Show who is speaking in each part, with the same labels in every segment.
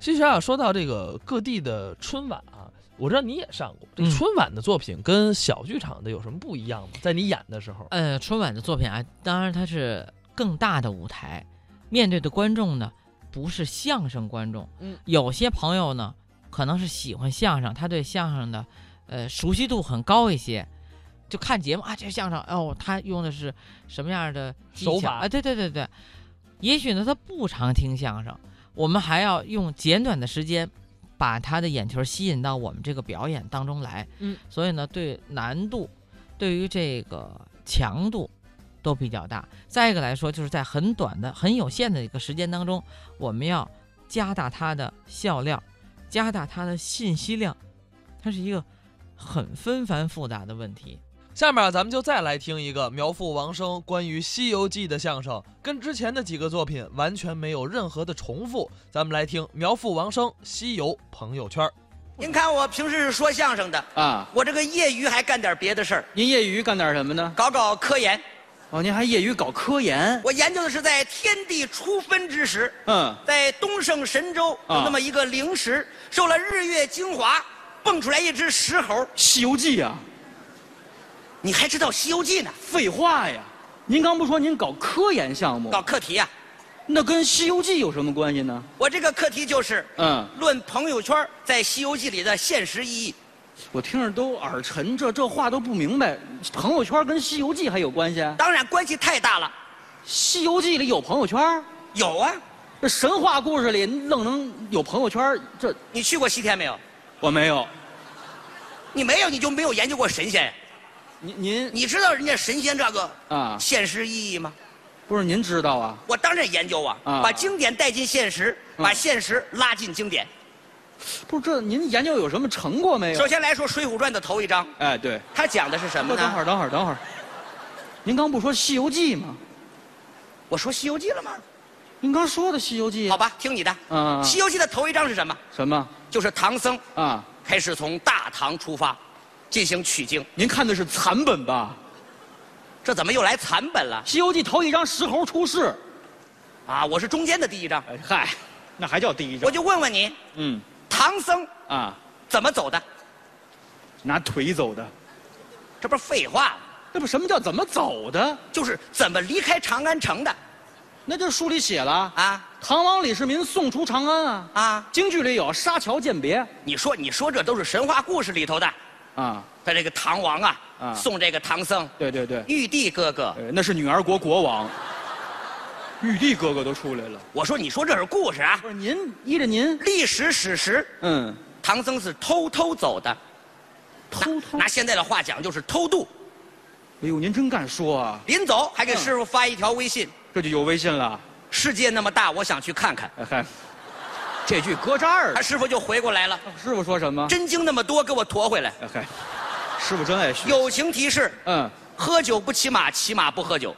Speaker 1: 其实啊，说到这个各地的春晚啊，我知道你也上过。这
Speaker 2: 嗯
Speaker 1: 春晚的作品跟小剧场的有什么不一样吗？在你演的时候，
Speaker 2: 呃，春晚的作品啊，当然它是更大的舞台，面对的观众呢不是相声观众，
Speaker 1: 嗯，
Speaker 2: 有些朋友呢可能是喜欢相声，他对相声的呃熟悉度很高一些，就看节目啊，这相声哦，他用的是什么样的技巧
Speaker 1: 手法
Speaker 2: 啊？对对对对，也许呢他不常听相声，我们还要用简短的时间。把他的眼球吸引到我们这个表演当中来，
Speaker 1: 嗯，
Speaker 2: 所以呢，对难度对于这个强度都比较大。再一个来说，就是在很短的、很有限的一个时间当中，我们要加大它的笑料，加大它的信息量，它是一个很纷繁复杂的问题。
Speaker 1: 下面啊，咱们就再来听一个苗阜王声关于《西游记》的相声，跟之前的几个作品完全没有任何的重复。咱们来听苗阜王声《西游朋友圈》。
Speaker 3: 您看我平时是说相声的，
Speaker 4: 啊，
Speaker 3: 我这个业余还干点别的事儿，
Speaker 4: 您业余干点什么呢？
Speaker 3: 搞搞科研。
Speaker 4: 哦，您还业余搞科研？
Speaker 3: 我研究的是在天地初分之时，
Speaker 4: 嗯，
Speaker 3: 在东胜神州有
Speaker 4: 啊
Speaker 3: 那么一个灵石，受了日月精华，蹦出来一只石猴。
Speaker 4: 《西游记》呀，
Speaker 3: 你还知道《西游记》呢？
Speaker 4: 废话呀！您刚不说您搞科研项目，
Speaker 3: 搞课题呀、
Speaker 4: 那跟《西游记》有什么关系呢？
Speaker 3: 我这个课题就是
Speaker 4: 嗯，
Speaker 3: 论朋友圈在《西游记》里的现实意义。
Speaker 4: 我听着都耳沉，这这话都不明白。朋友圈跟《西游记》还有关系？啊《
Speaker 3: 当然关系太大了，
Speaker 4: 西游记》里有朋友圈？
Speaker 3: 有啊，
Speaker 4: 这神话故事里愣能有朋友圈？这
Speaker 3: 你去过西天没有？
Speaker 4: 我没有。
Speaker 3: 你没有，你就没有研究过神仙。
Speaker 4: 您您
Speaker 3: 你知道人家神仙这个
Speaker 4: 啊，
Speaker 3: 现实意义吗？
Speaker 4: 不是您知道啊？
Speaker 3: 我当然研究啊，
Speaker 4: 啊
Speaker 3: 把经典带进现实，
Speaker 4: 嗯
Speaker 3: 把现实拉进经典。
Speaker 4: 不是这您研究有什么成果没
Speaker 3: 首
Speaker 4: 有？
Speaker 3: 先来说《水浒传》的头一章，
Speaker 4: 哎，对。
Speaker 3: 它讲的是什么
Speaker 4: 等
Speaker 3: 呢？
Speaker 4: 会儿，等会儿，等会儿。您刚不说《西游记》吗？
Speaker 3: 我说《西游记》了吗？
Speaker 4: 您刚说的《西游记》
Speaker 3: 好吧，听你的。
Speaker 4: 嗯嗯嗯
Speaker 3: 西游记》的头一章是什么？
Speaker 4: 什么
Speaker 3: 就是唐僧
Speaker 4: 啊？
Speaker 3: 开始从大唐出发，进行取经。
Speaker 4: 您看的是残本吧？
Speaker 3: 这怎么又来残本了
Speaker 4: 《西游记》头一章石猴出世。
Speaker 3: 啊？我是中间的第一章，
Speaker 4: 哎嗨，那还叫第一
Speaker 3: 我？就问问你，
Speaker 4: 嗯
Speaker 3: 唐僧
Speaker 4: 啊，
Speaker 3: 怎么走的？
Speaker 4: 拿腿走的。
Speaker 3: 这不是废话吗？
Speaker 4: 那不什么叫怎么走的？
Speaker 3: 就是怎么离开长安城的
Speaker 4: 那就书里写了，
Speaker 3: 啊
Speaker 4: 唐王李世民送出长安啊。
Speaker 3: 啊！
Speaker 4: 京剧里有沙桥鉴别
Speaker 3: 你说，你说这都是神话故事里头的。
Speaker 4: 啊。
Speaker 3: 他这个唐王啊，
Speaker 4: 啊
Speaker 3: 送这个唐僧
Speaker 4: 对对对，
Speaker 3: 玉帝哥哥。
Speaker 4: 呃那是女儿国国王，玉帝哥哥都出来了。
Speaker 3: 我说，你说这是故事啊
Speaker 4: 不？是您依着您，
Speaker 3: 历史史实，
Speaker 4: 嗯，
Speaker 3: 唐僧是偷偷走的，
Speaker 4: 偷偷
Speaker 3: 拿现在的话讲就是偷渡。
Speaker 4: 哎呦，您真敢说啊！
Speaker 3: 临走还给
Speaker 4: 嗯
Speaker 3: 师傅发一条微信
Speaker 4: 这就有微信了。：“
Speaker 3: 世界那么大，我想去看看。
Speaker 4: 哎嗨，这句搁这”儿
Speaker 3: 他。师傅就回过来了
Speaker 4: 师傅说什：“么？
Speaker 3: 真经那么多，给我驮回来。
Speaker 4: 哎嗨，师傅真爱”学。
Speaker 3: 友情提示：
Speaker 4: 嗯，
Speaker 3: 喝酒不骑马，骑马不喝酒。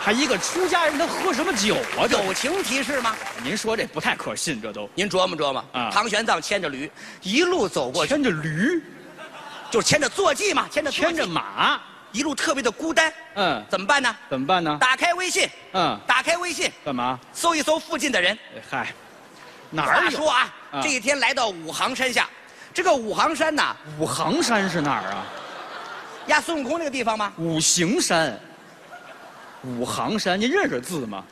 Speaker 4: 还一个出家人，他喝什么酒啊？这
Speaker 3: 友情提示吗？
Speaker 4: 您说这不太可信，这都
Speaker 3: 您琢磨琢磨。
Speaker 4: 啊
Speaker 3: 唐玄奘牵着驴，一路走过去，
Speaker 4: 牵着驴，
Speaker 3: 就是牵着坐骑嘛，牵着坐骑
Speaker 4: 牵着，马。
Speaker 3: 一路特别的孤单，
Speaker 4: 嗯，
Speaker 3: 怎么办呢？
Speaker 4: 怎么办呢？
Speaker 3: 打开微信，
Speaker 4: 嗯，
Speaker 3: 打开微信，
Speaker 4: 干嘛？
Speaker 3: 搜一搜附近的人。
Speaker 4: 哎嗨，哪
Speaker 3: 话
Speaker 4: 儿
Speaker 3: 说
Speaker 4: 有？
Speaker 3: 啊，
Speaker 4: 啊
Speaker 3: 这一天来到五行山下，这个五行山呐，
Speaker 4: 五行山是哪儿啊？
Speaker 3: 压孙悟空那个地方吗？
Speaker 4: 五行山。五行山，您认识字吗？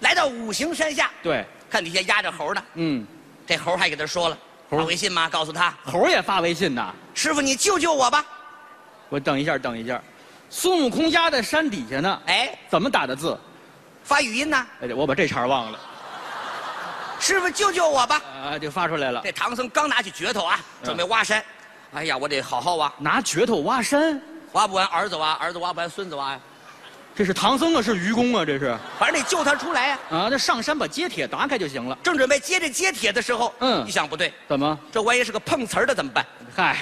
Speaker 3: 来到五行山下，
Speaker 4: 对，
Speaker 3: 看底下压着猴呢，
Speaker 4: 嗯，
Speaker 3: 这猴还给他说了，
Speaker 4: 猴
Speaker 3: 发微信吗？告诉他，
Speaker 4: 猴儿也发微信呐。
Speaker 3: 师傅你救救我吧！
Speaker 4: 我等一下，等一下，孙悟空压在山底下呢。
Speaker 3: 哎，
Speaker 4: 怎么打的字？
Speaker 3: 发语音呢，
Speaker 4: 哎，我把这茬儿忘了。
Speaker 3: 师傅救救我吧！
Speaker 4: 啊，就发出来了。
Speaker 3: 这唐僧刚拿起镢头啊，
Speaker 4: 嗯
Speaker 3: 准备挖山，哎呀，我得好好挖，
Speaker 4: 拿镢头挖山，
Speaker 3: 挖不完儿子挖，啊儿子挖不完孙子挖呀，
Speaker 4: 这是唐僧啊，是愚公啊，这是
Speaker 3: 反正得救他出来呀、
Speaker 4: 啊。那上山把接铁打开就行了。
Speaker 3: 正准备接着接铁的时候，
Speaker 4: 嗯
Speaker 3: 一想不对，
Speaker 4: 怎么？
Speaker 3: 这万一是个碰瓷儿的怎么办？
Speaker 4: 嗨，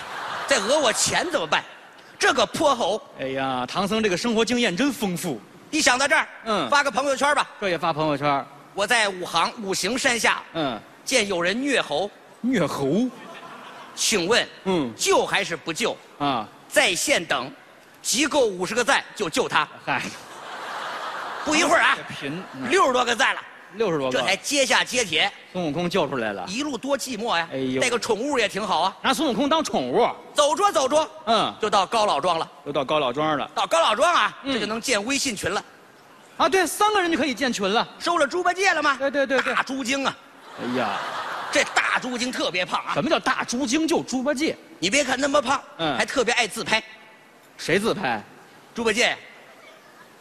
Speaker 3: 再讹我钱怎么办？这个泼猴
Speaker 4: 哎呀，唐僧这个生活经验真丰富。
Speaker 3: 一想到这儿，
Speaker 4: 嗯
Speaker 3: 发个朋友圈吧。
Speaker 4: 这也发朋友圈，
Speaker 3: 我在五行五行山下
Speaker 4: 嗯，
Speaker 3: 见有人虐猴，
Speaker 4: 虐猴，
Speaker 3: 请问
Speaker 4: 嗯
Speaker 3: 救还是不救？
Speaker 4: 啊，
Speaker 3: 在线等，集够五十个赞就救他。
Speaker 4: 嗨，
Speaker 3: 不一会儿啊，
Speaker 4: 贫，
Speaker 3: 六十多个赞了，
Speaker 4: 六十多
Speaker 3: 这
Speaker 4: 个，
Speaker 3: 才阶下接铁，
Speaker 4: 孙悟空救出来了，
Speaker 3: 一路多寂寞呀。
Speaker 4: 哎呦
Speaker 3: 带个宠物也挺好啊。
Speaker 4: 拿孙悟空当宠物，
Speaker 3: 走着走着，
Speaker 4: 嗯，
Speaker 3: 就到高老庄了。
Speaker 4: 又到高老庄了。
Speaker 3: 到高老庄啊，
Speaker 4: 嗯
Speaker 3: 这就能建微信群了。
Speaker 4: 啊，对，三个人就可以建群了。
Speaker 3: 收了猪八戒了吗？
Speaker 4: 对对对对
Speaker 3: 大猪精啊，
Speaker 4: 哎呀，
Speaker 3: 这大猪精特别胖啊。
Speaker 4: 什么叫大猪精救猪八戒？
Speaker 3: 你别看那么胖，
Speaker 4: 嗯
Speaker 3: 还特别爱自拍。
Speaker 4: 谁自拍？
Speaker 3: 猪八戒，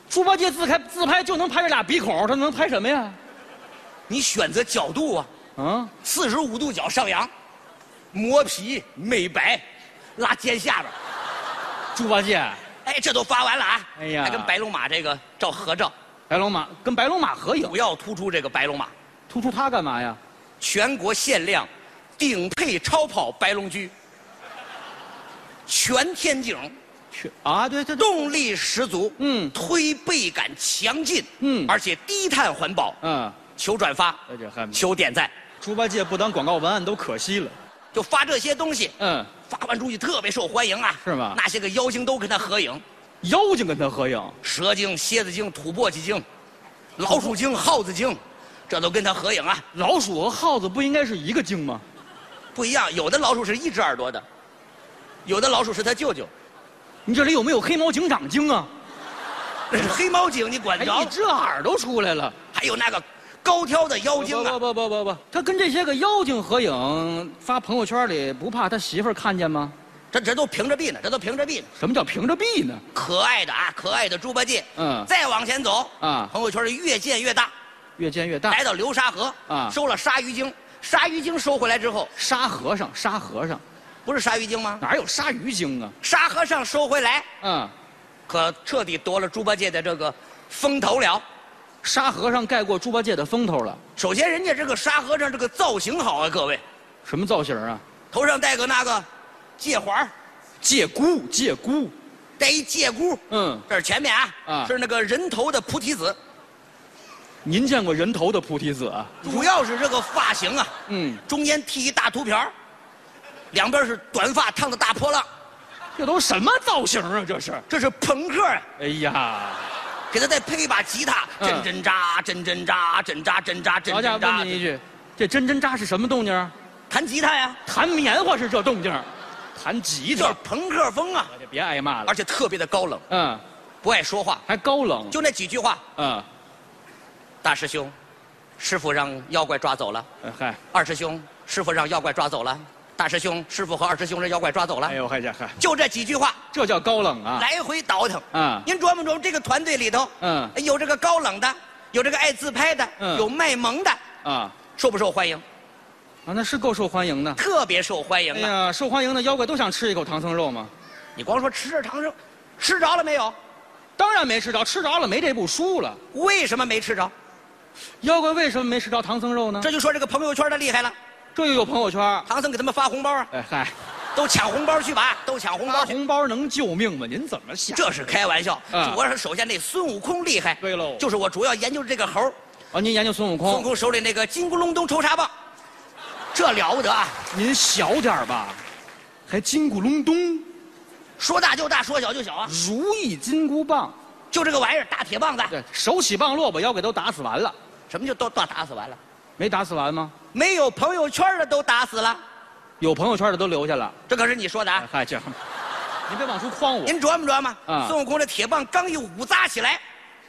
Speaker 4: 猪八戒自拍自拍就能拍这俩鼻孔，他能拍什么呀？
Speaker 3: 你选择角度啊，
Speaker 4: 嗯，
Speaker 3: 四十五度角上扬，磨皮美白，拉尖下巴，
Speaker 4: 猪八戒，
Speaker 3: 哎，这都发完了啊。
Speaker 4: 哎呀
Speaker 3: 还跟白龙马这个照合照，
Speaker 4: 白龙马跟白龙马合影，
Speaker 3: 主要突出这个白龙马，
Speaker 4: 突出他干嘛呀？
Speaker 3: 全国限量，顶配超跑白龙驹，全天井，
Speaker 4: 去啊，对对对，
Speaker 3: 动力十足，
Speaker 4: 嗯
Speaker 3: 推背感强劲，
Speaker 4: 嗯
Speaker 3: 而且低碳环保，
Speaker 4: 嗯，
Speaker 3: 求转发，
Speaker 4: 而且还
Speaker 3: 求点赞，
Speaker 4: 猪八戒不当广告文案都可惜了。
Speaker 3: 就发这些东西，
Speaker 4: 嗯，
Speaker 3: 发完出去特别受欢迎啊，
Speaker 4: 是吗
Speaker 3: 那些个妖精都跟他合影，
Speaker 4: 妖精跟他合影，
Speaker 3: 蛇精、蝎子精、土拨鸡精、老鼠精、耗子精，这都跟他合影啊，
Speaker 4: 老鼠和耗子不应该是一个精吗？
Speaker 3: 不一样，有的老鼠是一只耳朵的，有的老鼠是他舅舅，
Speaker 4: 你这里有没有黑猫警长精啊？
Speaker 3: 那是黑猫精，你管得
Speaker 4: 哎，
Speaker 3: 着
Speaker 4: 一？只耳朵出来了。
Speaker 3: 还有那个高挑的妖
Speaker 4: 不
Speaker 3: 精
Speaker 4: 不
Speaker 3: 啊，
Speaker 4: 不不不不，他跟这些个妖精合影发朋友圈里，不怕他媳妇儿看见吗？
Speaker 3: 这这都屏着臂呢，这都屏着臂呢。
Speaker 4: 什么叫凭着币呢？
Speaker 3: 可爱的啊，可爱的猪八戒。
Speaker 4: 嗯
Speaker 3: 再往前走
Speaker 4: 啊
Speaker 3: 朋友圈是越建越大，
Speaker 4: 越建越大
Speaker 3: 来。到流沙河
Speaker 4: 啊
Speaker 3: 收了鲨鱼精，鲨鱼精收回来之后，
Speaker 4: 沙和尚，沙和尚
Speaker 3: 不是鲨鱼精吗？
Speaker 4: 哪有鲨鱼精啊？
Speaker 3: 沙和尚收回来，
Speaker 4: 嗯，
Speaker 3: 可彻底夺了猪八戒的这个风头了。
Speaker 4: 沙和尚盖过猪八戒的风头了。
Speaker 3: 首先，人家这个沙和尚这个造型好啊，各位，
Speaker 4: 什么造型啊？
Speaker 3: 头上戴个那个戒环儿，
Speaker 4: 借箍，借箍。
Speaker 3: 戴一戒箍，
Speaker 4: 嗯，
Speaker 3: 这是前面啊，
Speaker 4: 啊
Speaker 3: 是那个人头的菩提子，
Speaker 4: 您见过人头的菩提子啊？
Speaker 3: 主要是这个发型啊，
Speaker 4: 嗯，
Speaker 3: 中间剃一大秃瓢儿，两边是短发烫的大波浪，
Speaker 4: 这都什么造型啊？这是？
Speaker 3: 这是朋克啊。
Speaker 4: 哎呀，
Speaker 3: 给他再配一把吉他，
Speaker 4: 嗯
Speaker 3: 真真扎，真真扎，真扎真扎真
Speaker 4: 老贾
Speaker 3: 真扎
Speaker 4: 问你，一句，这真真扎是什么动静啊？
Speaker 3: 弹吉他呀，
Speaker 4: 弹棉花是这动静儿，弹吉
Speaker 3: 这是
Speaker 4: 他。哎
Speaker 3: 朋克风啊，
Speaker 4: 别挨骂了
Speaker 3: 而。且特别的高冷，
Speaker 4: 嗯，
Speaker 3: 不爱说话，
Speaker 4: 还高冷。
Speaker 3: 就那几句话。
Speaker 4: 嗯，
Speaker 3: 大师兄，师傅让妖怪抓走了；
Speaker 4: 呃嗨，
Speaker 3: 二师兄，师傅让妖怪抓走了；大师兄，师傅和二师兄让妖怪抓走了
Speaker 4: 哎。呦，嗨这嗨，
Speaker 3: 就这几句话，
Speaker 4: 这叫高冷啊！
Speaker 3: 来回倒腾。
Speaker 4: 嗯
Speaker 3: 您琢磨琢磨，这个团队里头，
Speaker 4: 嗯
Speaker 3: 有这个高冷的，有这个爱自拍的，
Speaker 4: 嗯
Speaker 3: 有卖萌的，
Speaker 4: 啊啊，
Speaker 3: 受不受欢迎？
Speaker 4: 那是够受欢迎的。
Speaker 3: 特别受欢迎
Speaker 4: 哎
Speaker 3: 啊！
Speaker 4: 呀，受欢迎的妖怪都想吃一口唐僧肉吗？
Speaker 3: 你光说吃着长生，吃着了没有？
Speaker 4: 当然没吃着，吃着了没这部书了。
Speaker 3: 为什么没吃着？
Speaker 4: 嗯妖怪为什么没吃着唐僧肉呢？这
Speaker 3: 这就说这个朋友圈的厉害了。
Speaker 4: 这又有朋友圈。
Speaker 3: 唐僧给他们发红包啊，
Speaker 4: 哎嗨，
Speaker 3: 都抢红包去吧，都抢红
Speaker 4: 发
Speaker 3: 包去。
Speaker 4: 红包能救命吗？您怎么想？
Speaker 3: 这是开玩笑。
Speaker 4: 嗯
Speaker 3: 我说手下那孙悟空厉害，
Speaker 4: 对喽
Speaker 3: 就是我主要研究这个猴儿，
Speaker 4: 啊，您研究孙悟
Speaker 3: 孙悟
Speaker 4: 空，
Speaker 3: 空手里那个金箍隆咚抽沙棒，这了不得啊！
Speaker 4: 您小点儿吧，还金箍隆咚，
Speaker 3: 说大就大，说小就小啊，
Speaker 4: 如意金箍棒。
Speaker 3: 就这个玩意儿，大铁棒子。啊
Speaker 4: 对，手起棒落，把妖怪都打死完了，
Speaker 3: 什么就都都打死完了？
Speaker 4: 没打死完吗？
Speaker 3: 没有朋友圈的都打死了，
Speaker 4: 有朋友圈的都留下了。
Speaker 3: 这可是你说的
Speaker 4: 哎
Speaker 3: 啊！
Speaker 4: 嗨，这 样，您别往出诓我。
Speaker 3: 您琢磨琢磨，
Speaker 4: 嗯
Speaker 3: 孙悟空这铁棒刚一舞扎起来，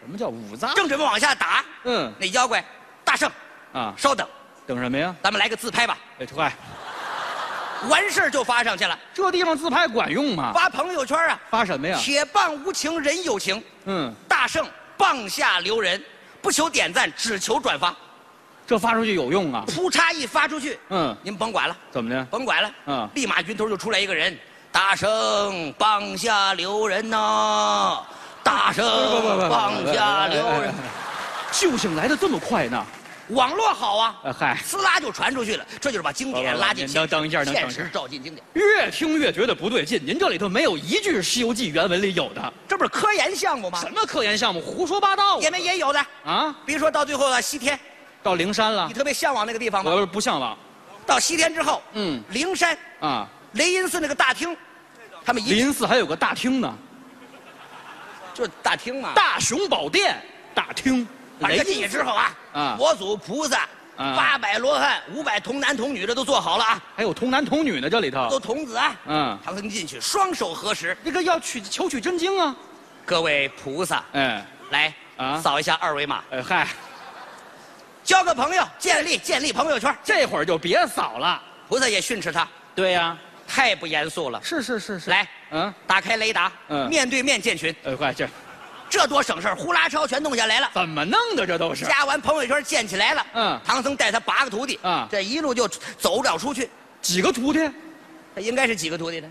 Speaker 4: 什么叫五脏？
Speaker 3: 正准备往下打，
Speaker 4: 嗯
Speaker 3: 那妖怪，大圣，
Speaker 4: 啊，
Speaker 3: 稍等，
Speaker 4: 等什么呀？
Speaker 3: 咱们来个自拍吧。
Speaker 4: 哎，快，
Speaker 3: 完事儿就发上去了，
Speaker 4: 这地方自拍管用吗？
Speaker 3: 发朋友圈啊。
Speaker 4: 发什么嗯哎呀？
Speaker 3: 铁棒无情人有情，
Speaker 4: 嗯，
Speaker 3: 大圣棒下留人，不求点赞，只求转发。
Speaker 4: 这发出去有用啊？
Speaker 3: 噗嚓一发出去，
Speaker 4: 嗯，
Speaker 3: 您甭管了，
Speaker 4: 怎么的？
Speaker 3: 甭管了，
Speaker 4: 嗯
Speaker 3: 立马云头就出来一个人，大圣棒下留人呐、大圣棒呃
Speaker 4: 哎
Speaker 3: 下留人。
Speaker 4: 救醒来的这么快呢？
Speaker 3: 网络好啊，
Speaker 4: 呃，嗨，
Speaker 3: 呲啦就传出去了，这就是把经典
Speaker 4: 不不不
Speaker 3: 拉进
Speaker 4: 您
Speaker 3: 现实，
Speaker 4: 等等一下等
Speaker 3: 现
Speaker 4: 等一下
Speaker 3: 实照进经典，
Speaker 4: 越听越觉得不对劲。您这里头没有一句《西游记》原文里有的，
Speaker 3: 这不是科研项目吗
Speaker 4: 什？么科研项目，胡说八道啊
Speaker 3: 也没也有的，
Speaker 4: 啊？
Speaker 3: 比如说到最后啊，西天，
Speaker 4: 到灵山了
Speaker 3: 你，特别向往那个地方吗？
Speaker 4: 我不向往。
Speaker 3: 到西天之后，
Speaker 4: 嗯
Speaker 3: 灵山
Speaker 4: 啊，
Speaker 3: 雷音寺那个大厅，他们一
Speaker 4: 林寺还有个大厅呢，
Speaker 3: 就是大厅嘛，
Speaker 4: 大雄宝殿大厅。
Speaker 3: 反正进去之后啊，
Speaker 4: 啊
Speaker 3: 佛祖、菩萨、
Speaker 4: 啊
Speaker 3: 八百罗汉、五百童男童女的都做好了啊，
Speaker 4: 还有童男童女呢，这里
Speaker 3: 都
Speaker 4: 头。
Speaker 3: 童子啊。
Speaker 4: 嗯，
Speaker 3: 唐僧进去，双手合十，
Speaker 4: 这个要取求取真经啊。
Speaker 3: 各位菩萨
Speaker 4: 哎，
Speaker 3: 来
Speaker 4: 啊
Speaker 3: 扫一下二维码，
Speaker 4: 哎嗨，
Speaker 3: 交个朋友，建立建立朋友圈。
Speaker 4: 这会儿就别扫了。
Speaker 3: 菩萨也训斥他，
Speaker 4: 对呀、
Speaker 3: 太不严肃了。
Speaker 4: 是是是是。
Speaker 3: 来，
Speaker 4: 嗯，
Speaker 3: 打开雷达，
Speaker 4: 嗯
Speaker 3: 面对面建群，
Speaker 4: 哎快这
Speaker 3: 这多省事儿，呼啦超全弄下来了。
Speaker 4: 怎么弄的？这都是。
Speaker 3: 加完朋友圈建起来了。
Speaker 4: 嗯
Speaker 3: 唐僧带他八个徒弟，
Speaker 4: 嗯
Speaker 3: 这一路就走不了出去。
Speaker 4: 几个徒弟？
Speaker 3: 这应该是几个徒弟呢？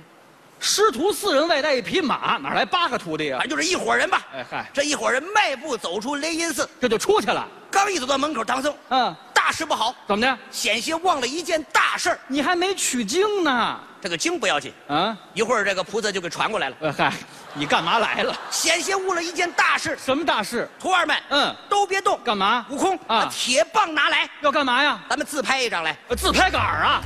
Speaker 4: 师徒四人外带一匹马，哪来八个徒弟啊
Speaker 3: 反？正就是一伙人吧。
Speaker 4: 哎嗨，
Speaker 3: 这一伙人迈步走出雷音寺，
Speaker 4: 这就出去了。
Speaker 3: 刚一走到门口，唐僧
Speaker 4: 嗯，
Speaker 3: 大事不好，
Speaker 4: 怎么的？
Speaker 3: 险些忘了一件大事儿。
Speaker 4: 你还没取经呢？
Speaker 3: 这个经不要紧，
Speaker 4: 啊？
Speaker 3: 一会儿这个菩萨就给传过来了。
Speaker 4: 哎嗨，你干嘛来了？
Speaker 3: 险些误了一件大事，
Speaker 4: 什么大事？
Speaker 3: 徒儿们，
Speaker 4: 嗯，
Speaker 3: 都别动。
Speaker 4: 干嘛？
Speaker 3: 悟空，
Speaker 4: 啊
Speaker 3: 把铁棒拿来，
Speaker 4: 要干嘛呀？
Speaker 3: 咱们自拍一张来。
Speaker 4: 呃自拍杆儿啊！